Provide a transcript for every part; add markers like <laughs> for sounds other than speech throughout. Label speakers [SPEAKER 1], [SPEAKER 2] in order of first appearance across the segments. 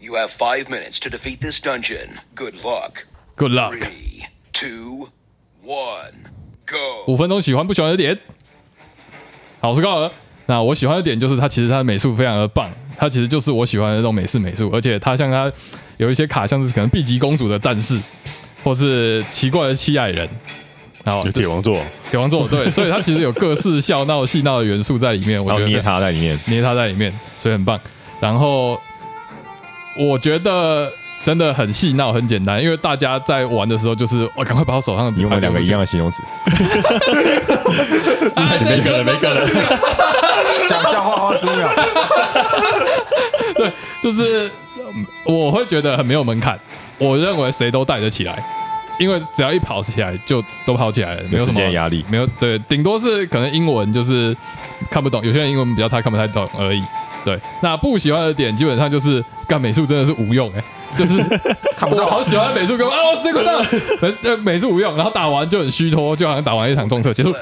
[SPEAKER 1] You have five minutes to defeat this dungeon. Good luck.
[SPEAKER 2] Good luck，
[SPEAKER 1] Three, two, one, go.
[SPEAKER 2] 五分钟喜欢不喜欢的点。好，我是高尔。那我喜欢的点就是它其实它的美术非常的棒，它其实就是我喜欢的那种美式美术，而且它像它有一些卡像是可能碧姬公主的战士，或是奇怪的七矮人，然后
[SPEAKER 3] 有铁王座，
[SPEAKER 2] 铁王座对，所以它其实有各式笑闹戏闹的元素在里面，我
[SPEAKER 3] 然
[SPEAKER 2] 觉得
[SPEAKER 3] 后捏他在
[SPEAKER 2] <laughs>
[SPEAKER 3] 里面，
[SPEAKER 2] 捏它在里面，所以很棒。然后我觉得真的很细闹，很简单，因为大家在玩的时候就是我、哦赶快把我手上的
[SPEAKER 3] 你
[SPEAKER 2] 底
[SPEAKER 3] 用
[SPEAKER 2] 牌
[SPEAKER 3] 了两
[SPEAKER 2] 丢
[SPEAKER 3] 个
[SPEAKER 2] 出
[SPEAKER 3] 一
[SPEAKER 2] 去
[SPEAKER 3] 样的形容词，
[SPEAKER 2] <laughs> 啊
[SPEAKER 3] 没可能，没可能，
[SPEAKER 4] <laughs> 讲笑话花十啊
[SPEAKER 2] <laughs>
[SPEAKER 4] 五秒，
[SPEAKER 2] 就是嗯我会觉得很没有门槛，我认为谁都带得起来，因为只要一跑起来就都跑起来了，没有
[SPEAKER 3] 有时
[SPEAKER 2] 什
[SPEAKER 3] 间
[SPEAKER 2] 么
[SPEAKER 3] 压力。
[SPEAKER 2] 没有对，顶多是可能英文就是看不懂，有些人英文比较差，看不太懂而已。对，那不喜欢的点基本上就是干美术真的是无用哎、就是
[SPEAKER 4] <laughs> 看不
[SPEAKER 2] 我
[SPEAKER 4] 到
[SPEAKER 2] 好喜欢美术跟啊，我谁管
[SPEAKER 4] <laughs>
[SPEAKER 2] 到美呃美术无用，然后打完就很虚脱，就好像打完一场重测结束。
[SPEAKER 5] <laughs>
[SPEAKER 1] Left.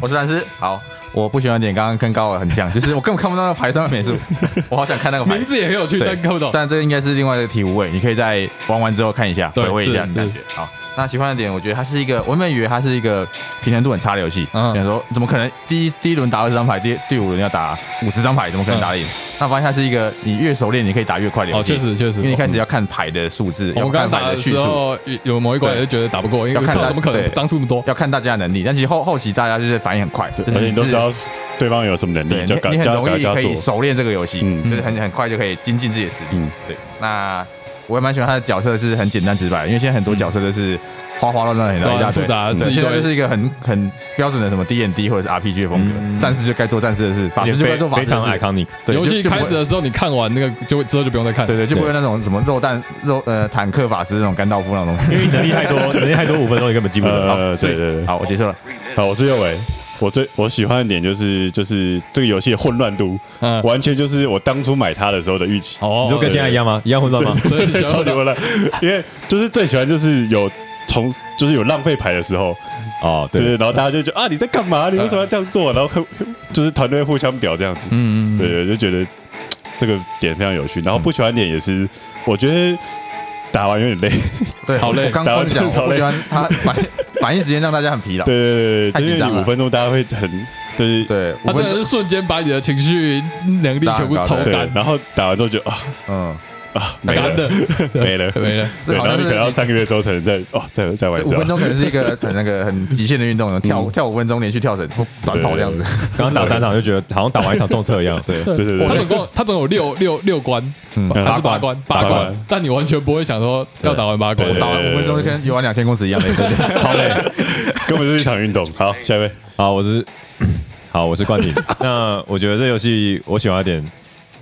[SPEAKER 4] 我是蓝斯，好，我不喜欢的点，刚刚跟高尔很像，就是我 <laughs> 根本看不到那个牌上的美术，
[SPEAKER 2] <laughs>
[SPEAKER 4] 我好想看那个牌
[SPEAKER 2] 名。字也很有趣，
[SPEAKER 4] 哦对
[SPEAKER 2] 但看不懂。
[SPEAKER 4] 但这应该是另外一个题无味，你可以在玩完之后看一下，
[SPEAKER 2] 对
[SPEAKER 4] 回味一下
[SPEAKER 2] 是
[SPEAKER 4] 感觉。好，那喜欢的点，我觉得它是一个，我原本以为它是一个平衡度很差的游戏，
[SPEAKER 2] 嗯
[SPEAKER 4] 想说怎么可能第一第一轮打二十张牌，第第五轮要打五十张牌，怎么可能打得赢？那发现它是一个你越熟练，你可以打越快的游
[SPEAKER 2] 嗯哦，
[SPEAKER 4] 戏，
[SPEAKER 2] 确实确实，
[SPEAKER 4] 因为一开始要看牌的数字，
[SPEAKER 2] 我
[SPEAKER 4] 要
[SPEAKER 2] 们刚
[SPEAKER 4] 看
[SPEAKER 2] 刚打
[SPEAKER 4] 牌
[SPEAKER 2] 的
[SPEAKER 4] 叙
[SPEAKER 2] 时
[SPEAKER 4] 述。
[SPEAKER 2] 候，有有某一关也是觉得打不过，因为
[SPEAKER 4] 要看
[SPEAKER 2] 靠
[SPEAKER 4] 大
[SPEAKER 2] 怎么可能
[SPEAKER 4] 对
[SPEAKER 2] 张数那么多？
[SPEAKER 4] 要看大家的能力，但其实后后期大家就是反应很快，就是
[SPEAKER 3] 而且你都知道对方有什么能
[SPEAKER 4] 对，
[SPEAKER 3] 力，
[SPEAKER 4] 你
[SPEAKER 3] 就赶
[SPEAKER 4] 你
[SPEAKER 3] 就
[SPEAKER 4] 很
[SPEAKER 3] 要
[SPEAKER 4] 容
[SPEAKER 3] 赶
[SPEAKER 4] 易
[SPEAKER 3] 就要
[SPEAKER 4] 可以
[SPEAKER 3] 做。
[SPEAKER 4] 熟练这个游戏，
[SPEAKER 3] 嗯
[SPEAKER 4] 就是很很快就可以精进自己的实力。
[SPEAKER 3] 嗯
[SPEAKER 4] 对。那我也蛮喜欢他的角色是很简单直白，因为现在很多角色都是花花乱乱很
[SPEAKER 2] 对啊
[SPEAKER 4] 一大
[SPEAKER 2] 很
[SPEAKER 4] 堆，
[SPEAKER 2] 复杂
[SPEAKER 4] 嗯
[SPEAKER 2] 自
[SPEAKER 4] 对，
[SPEAKER 2] 己
[SPEAKER 4] 现在
[SPEAKER 2] 都
[SPEAKER 4] 就是一个很很标准的什么 D N D 或者是 R P G 的风格，战士就该做战士的事，法师就该
[SPEAKER 3] 非
[SPEAKER 4] 做法
[SPEAKER 3] 非
[SPEAKER 4] 师的
[SPEAKER 3] 常
[SPEAKER 4] 事。
[SPEAKER 3] iconic，
[SPEAKER 4] 对
[SPEAKER 2] 游戏
[SPEAKER 4] 就就不
[SPEAKER 2] 开
[SPEAKER 4] 会
[SPEAKER 2] 始的时候，你看完那个就之后就不用再看。
[SPEAKER 4] 对对，就不会那种什么肉弹肉呃坦克法师那种甘道夫那种东西。
[SPEAKER 5] <laughs> 因为你能力太多，能力太多，五分钟你根本记不得。
[SPEAKER 3] 呃，对对对。
[SPEAKER 4] 嗯好，我结束了。
[SPEAKER 1] Three minutes.
[SPEAKER 3] 好，我是右伟。我最我喜欢的点就是就是这个游戏的混乱度，
[SPEAKER 2] 嗯，
[SPEAKER 3] 完全就是我当初买它的时候的预期。
[SPEAKER 2] 哦，
[SPEAKER 5] 你就跟现在一样吗？一样混乱吗？
[SPEAKER 2] 所以你喜
[SPEAKER 4] <laughs>
[SPEAKER 2] 欢
[SPEAKER 3] 超级混乱，因为就是最喜欢就是有从就是有浪费牌的时候，
[SPEAKER 5] <laughs> 哦，
[SPEAKER 3] 对对，
[SPEAKER 5] 对，
[SPEAKER 3] 然后大家就觉得啊你在干嘛？你为
[SPEAKER 4] 嗯
[SPEAKER 3] 什么要这样做？然后互就是团队互相表这样子，
[SPEAKER 2] 嗯，嗯嗯，
[SPEAKER 3] 对对，就觉得嘖这个点非常有趣。然后不喜欢点也是，我觉得打完有点累，
[SPEAKER 4] 对，
[SPEAKER 2] 好
[SPEAKER 4] 我
[SPEAKER 2] 累
[SPEAKER 4] 我刚
[SPEAKER 3] 打
[SPEAKER 4] 刚
[SPEAKER 3] 完
[SPEAKER 4] 讲，
[SPEAKER 3] 真的
[SPEAKER 4] 我
[SPEAKER 3] 好
[SPEAKER 4] 不
[SPEAKER 3] 累
[SPEAKER 4] 喜欢他反反应时间让大家很疲劳。
[SPEAKER 3] 对对对
[SPEAKER 4] 太
[SPEAKER 3] 对，
[SPEAKER 4] 紧
[SPEAKER 3] 因为
[SPEAKER 4] 张
[SPEAKER 3] 你
[SPEAKER 4] 了
[SPEAKER 3] 五分钟大家会很就是
[SPEAKER 4] 对，
[SPEAKER 2] 他
[SPEAKER 4] 五
[SPEAKER 2] 真
[SPEAKER 4] 分
[SPEAKER 2] 的
[SPEAKER 4] 钟
[SPEAKER 2] 是瞬间把你的情绪能力全部抽
[SPEAKER 3] 对
[SPEAKER 2] 干，，
[SPEAKER 3] 然后打完之后就啊
[SPEAKER 4] 嗯，
[SPEAKER 3] 啊没
[SPEAKER 2] 干
[SPEAKER 3] 了
[SPEAKER 2] 的
[SPEAKER 3] <laughs> 没了。
[SPEAKER 2] 没了。
[SPEAKER 3] 对，
[SPEAKER 4] 这好
[SPEAKER 3] 然
[SPEAKER 4] 像
[SPEAKER 3] 后你可
[SPEAKER 4] 是
[SPEAKER 3] 能要三个月之后才能再哦，再再 <laughs> 玩一
[SPEAKER 4] 五
[SPEAKER 3] 次啊。
[SPEAKER 4] 分钟可能是一个很那个很极限的运
[SPEAKER 3] 嗯
[SPEAKER 4] 动，跳跳五分钟连续跳绳、短跑这样子。
[SPEAKER 5] 刚刚打三场就觉得好像打完一场重测一样。对，
[SPEAKER 3] 对对对
[SPEAKER 2] 他
[SPEAKER 3] 对
[SPEAKER 2] 总共他总有六六六关，
[SPEAKER 4] 嗯
[SPEAKER 2] 还是八
[SPEAKER 5] 八关
[SPEAKER 2] 关八
[SPEAKER 3] 八
[SPEAKER 2] 关
[SPEAKER 3] 关，
[SPEAKER 2] 但你完全不会想说要打完八关
[SPEAKER 3] 对。对
[SPEAKER 4] 打完五分钟就跟游玩两千公尺一样的，
[SPEAKER 3] 好累， <laughs> 根本就是一场运动。好，下一位，
[SPEAKER 5] 好，我是好，我是冠廷。那我觉得这游戏我喜欢一点，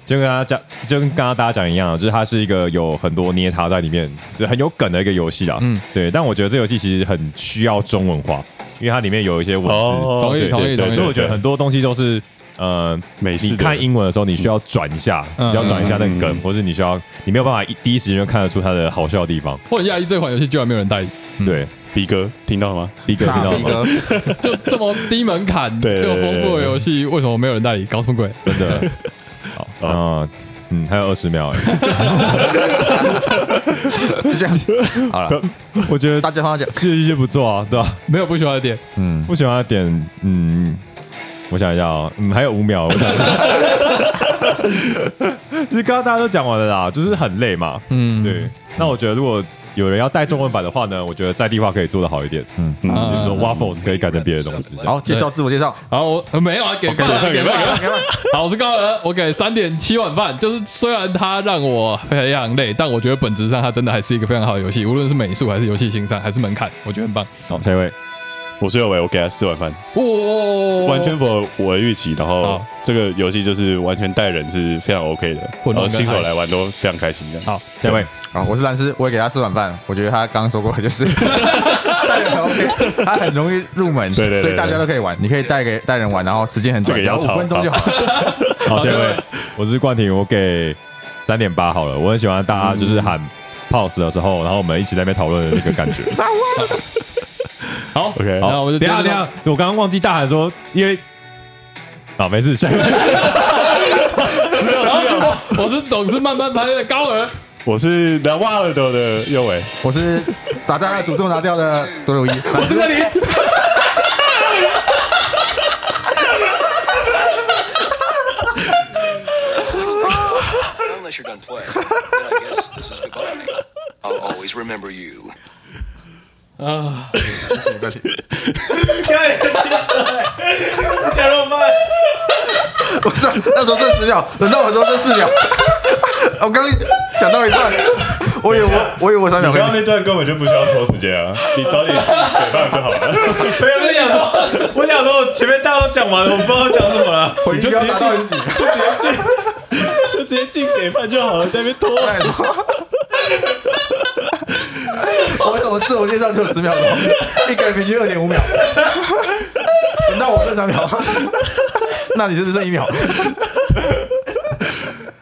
[SPEAKER 5] 就跟大家讲，就跟刚刚大家讲一样，啊就是它是一个有很多捏他在里面，就很有梗的一个游戏啦。
[SPEAKER 2] 嗯
[SPEAKER 5] 嗯，对。但我觉得这游戏其实很需要中文化，因为它里面有一些文字，
[SPEAKER 3] 哦
[SPEAKER 2] 同意
[SPEAKER 3] 对
[SPEAKER 2] 同意
[SPEAKER 3] 对
[SPEAKER 2] 同意
[SPEAKER 3] 对
[SPEAKER 5] 所以我觉得很多东西都是呃。
[SPEAKER 3] 美式的
[SPEAKER 5] 你看英文的时候，你需要转一下，
[SPEAKER 2] 嗯
[SPEAKER 5] 你需要转一下那个
[SPEAKER 3] 嗯
[SPEAKER 5] 梗，或是你需要，你没有办法一第一时间就看得出它的好笑的地方。
[SPEAKER 2] 或者亚裔这款游戏居然没有人带，嗯
[SPEAKER 5] 对，
[SPEAKER 3] 逼哥听到了吗？
[SPEAKER 5] 一个听
[SPEAKER 4] 大
[SPEAKER 5] 到
[SPEAKER 4] 逼
[SPEAKER 5] 吗？
[SPEAKER 4] 哥，
[SPEAKER 2] <laughs> 就这么低门槛
[SPEAKER 3] 对
[SPEAKER 2] 又丰富的游戏，为什么没有人代理？搞什么鬼？
[SPEAKER 5] 真的。 <laughs> 好，嗯嗯，还有二十秒欸。
[SPEAKER 4] 就这样。好了，
[SPEAKER 5] <laughs> 我觉
[SPEAKER 4] 大
[SPEAKER 5] 得
[SPEAKER 4] 家帮他讲，
[SPEAKER 5] 这一些不错啊，对吧？
[SPEAKER 2] 没有不喜欢的点，
[SPEAKER 4] 嗯，
[SPEAKER 5] 不喜欢的点，嗯，我想一下哦，嗯，还有五秒，我 <laughs> 想一下。其实刚刚大家都讲完了啦，就是很累嘛。
[SPEAKER 2] 嗯，
[SPEAKER 5] 对，那我觉得如果有人要带中文版的话呢，我觉得在地化可以做的好一点。嗯，比
[SPEAKER 2] 啊
[SPEAKER 5] 如说 waffles 可以改成别的东西。这样
[SPEAKER 4] 好，介绍自我介绍，
[SPEAKER 2] 好，我呃没有啊，给饭啊给饭啊。好，我是高人，我给三点七碗饭。就是虽然它让我非常累，但我觉得本质上它真的还是一个非常好的游戏，无论是美术还是游戏欣赏还是门槛，我觉得很棒。
[SPEAKER 5] 好，下一位，
[SPEAKER 3] 我是有为，我给他四碗饭，
[SPEAKER 2] 哇，
[SPEAKER 3] 完全符合我的预期。然后
[SPEAKER 2] 哦好
[SPEAKER 3] 这个游戏就是完全带人是非常 OK 的，
[SPEAKER 2] 混
[SPEAKER 3] 然
[SPEAKER 2] 乱
[SPEAKER 3] 后
[SPEAKER 2] 跟
[SPEAKER 3] 新
[SPEAKER 2] 嗨
[SPEAKER 3] 手来玩都非常开心的。
[SPEAKER 2] 好，
[SPEAKER 5] 下一位，
[SPEAKER 4] 好，我是蓝斯，我也给他吃碗饭。我觉得他刚刚说过，就是带人很 OK，他很容易入门，
[SPEAKER 3] 对对对对
[SPEAKER 4] 所以大家都可以玩。你可以带给带人玩，然后时间很短，
[SPEAKER 3] 这
[SPEAKER 4] 只要
[SPEAKER 3] 个要
[SPEAKER 4] 五
[SPEAKER 3] 炒
[SPEAKER 4] 分钟就好。
[SPEAKER 5] 好，下一
[SPEAKER 2] 下一
[SPEAKER 5] 位
[SPEAKER 2] 位，
[SPEAKER 5] 我是冠廷，我给三点八好了。我很喜欢大家
[SPEAKER 2] 嗯
[SPEAKER 5] 就是喊 pause 的时候，然后我们一起在那边讨论的那个感觉。
[SPEAKER 2] <laughs> 好
[SPEAKER 3] OK，
[SPEAKER 2] 那我就
[SPEAKER 5] 等一下等一下，我刚刚忘记大喊说，因为啊，没事，下一位。
[SPEAKER 2] 然后 <laughs> 我是总是慢慢排的高额，
[SPEAKER 3] 我是拿瓦尔德的右卫，
[SPEAKER 4] 我是打在主动拿掉的多鲁伊，我是这里。
[SPEAKER 1] Unless you're done playing, then I guess this is goodbye. I'll always remember you.
[SPEAKER 4] 我操， <laughs> 那时候剩十秒，等到我说剩四秒，我刚想到一半，我以为我我以为我三秒
[SPEAKER 3] 你
[SPEAKER 4] 会
[SPEAKER 3] 刚刚那段根本就不需要拖时间
[SPEAKER 5] <laughs>
[SPEAKER 3] 啊，你早点进解放就好了。
[SPEAKER 5] 没有，我想说，我想说，我前面大家都讲完了，我不知道讲什么
[SPEAKER 3] <laughs>
[SPEAKER 5] 了，
[SPEAKER 4] 回应要达到一起。
[SPEAKER 3] 就直接进给饭就好了，在那边拖。
[SPEAKER 4] 拜托 <laughs> 我我自我介绍只有十秒钟，一个人平均二点五秒，等到我这三秒，那你是不是剩一秒？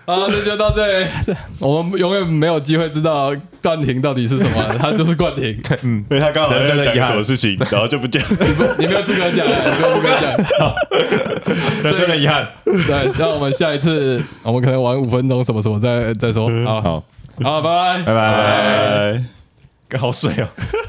[SPEAKER 2] 好，啊那就到这里。 <laughs> 我们永远没有机会知道冠廷到底是什么，他就是冠廷，
[SPEAKER 3] 所以他刚好
[SPEAKER 5] 人生
[SPEAKER 3] 在
[SPEAKER 5] 的
[SPEAKER 3] 讲
[SPEAKER 5] 遗
[SPEAKER 3] 什
[SPEAKER 5] 憾
[SPEAKER 3] 么事情，然后就不见了。
[SPEAKER 2] 你没有资格讲，你没有资格讲。
[SPEAKER 5] 人生的遗憾。
[SPEAKER 2] 对，那我们下一次，我们可能玩五分钟什么什
[SPEAKER 5] 嗯
[SPEAKER 2] 么再再说。好，
[SPEAKER 5] 好，
[SPEAKER 2] 好，拜拜。
[SPEAKER 5] 拜拜。好水哦。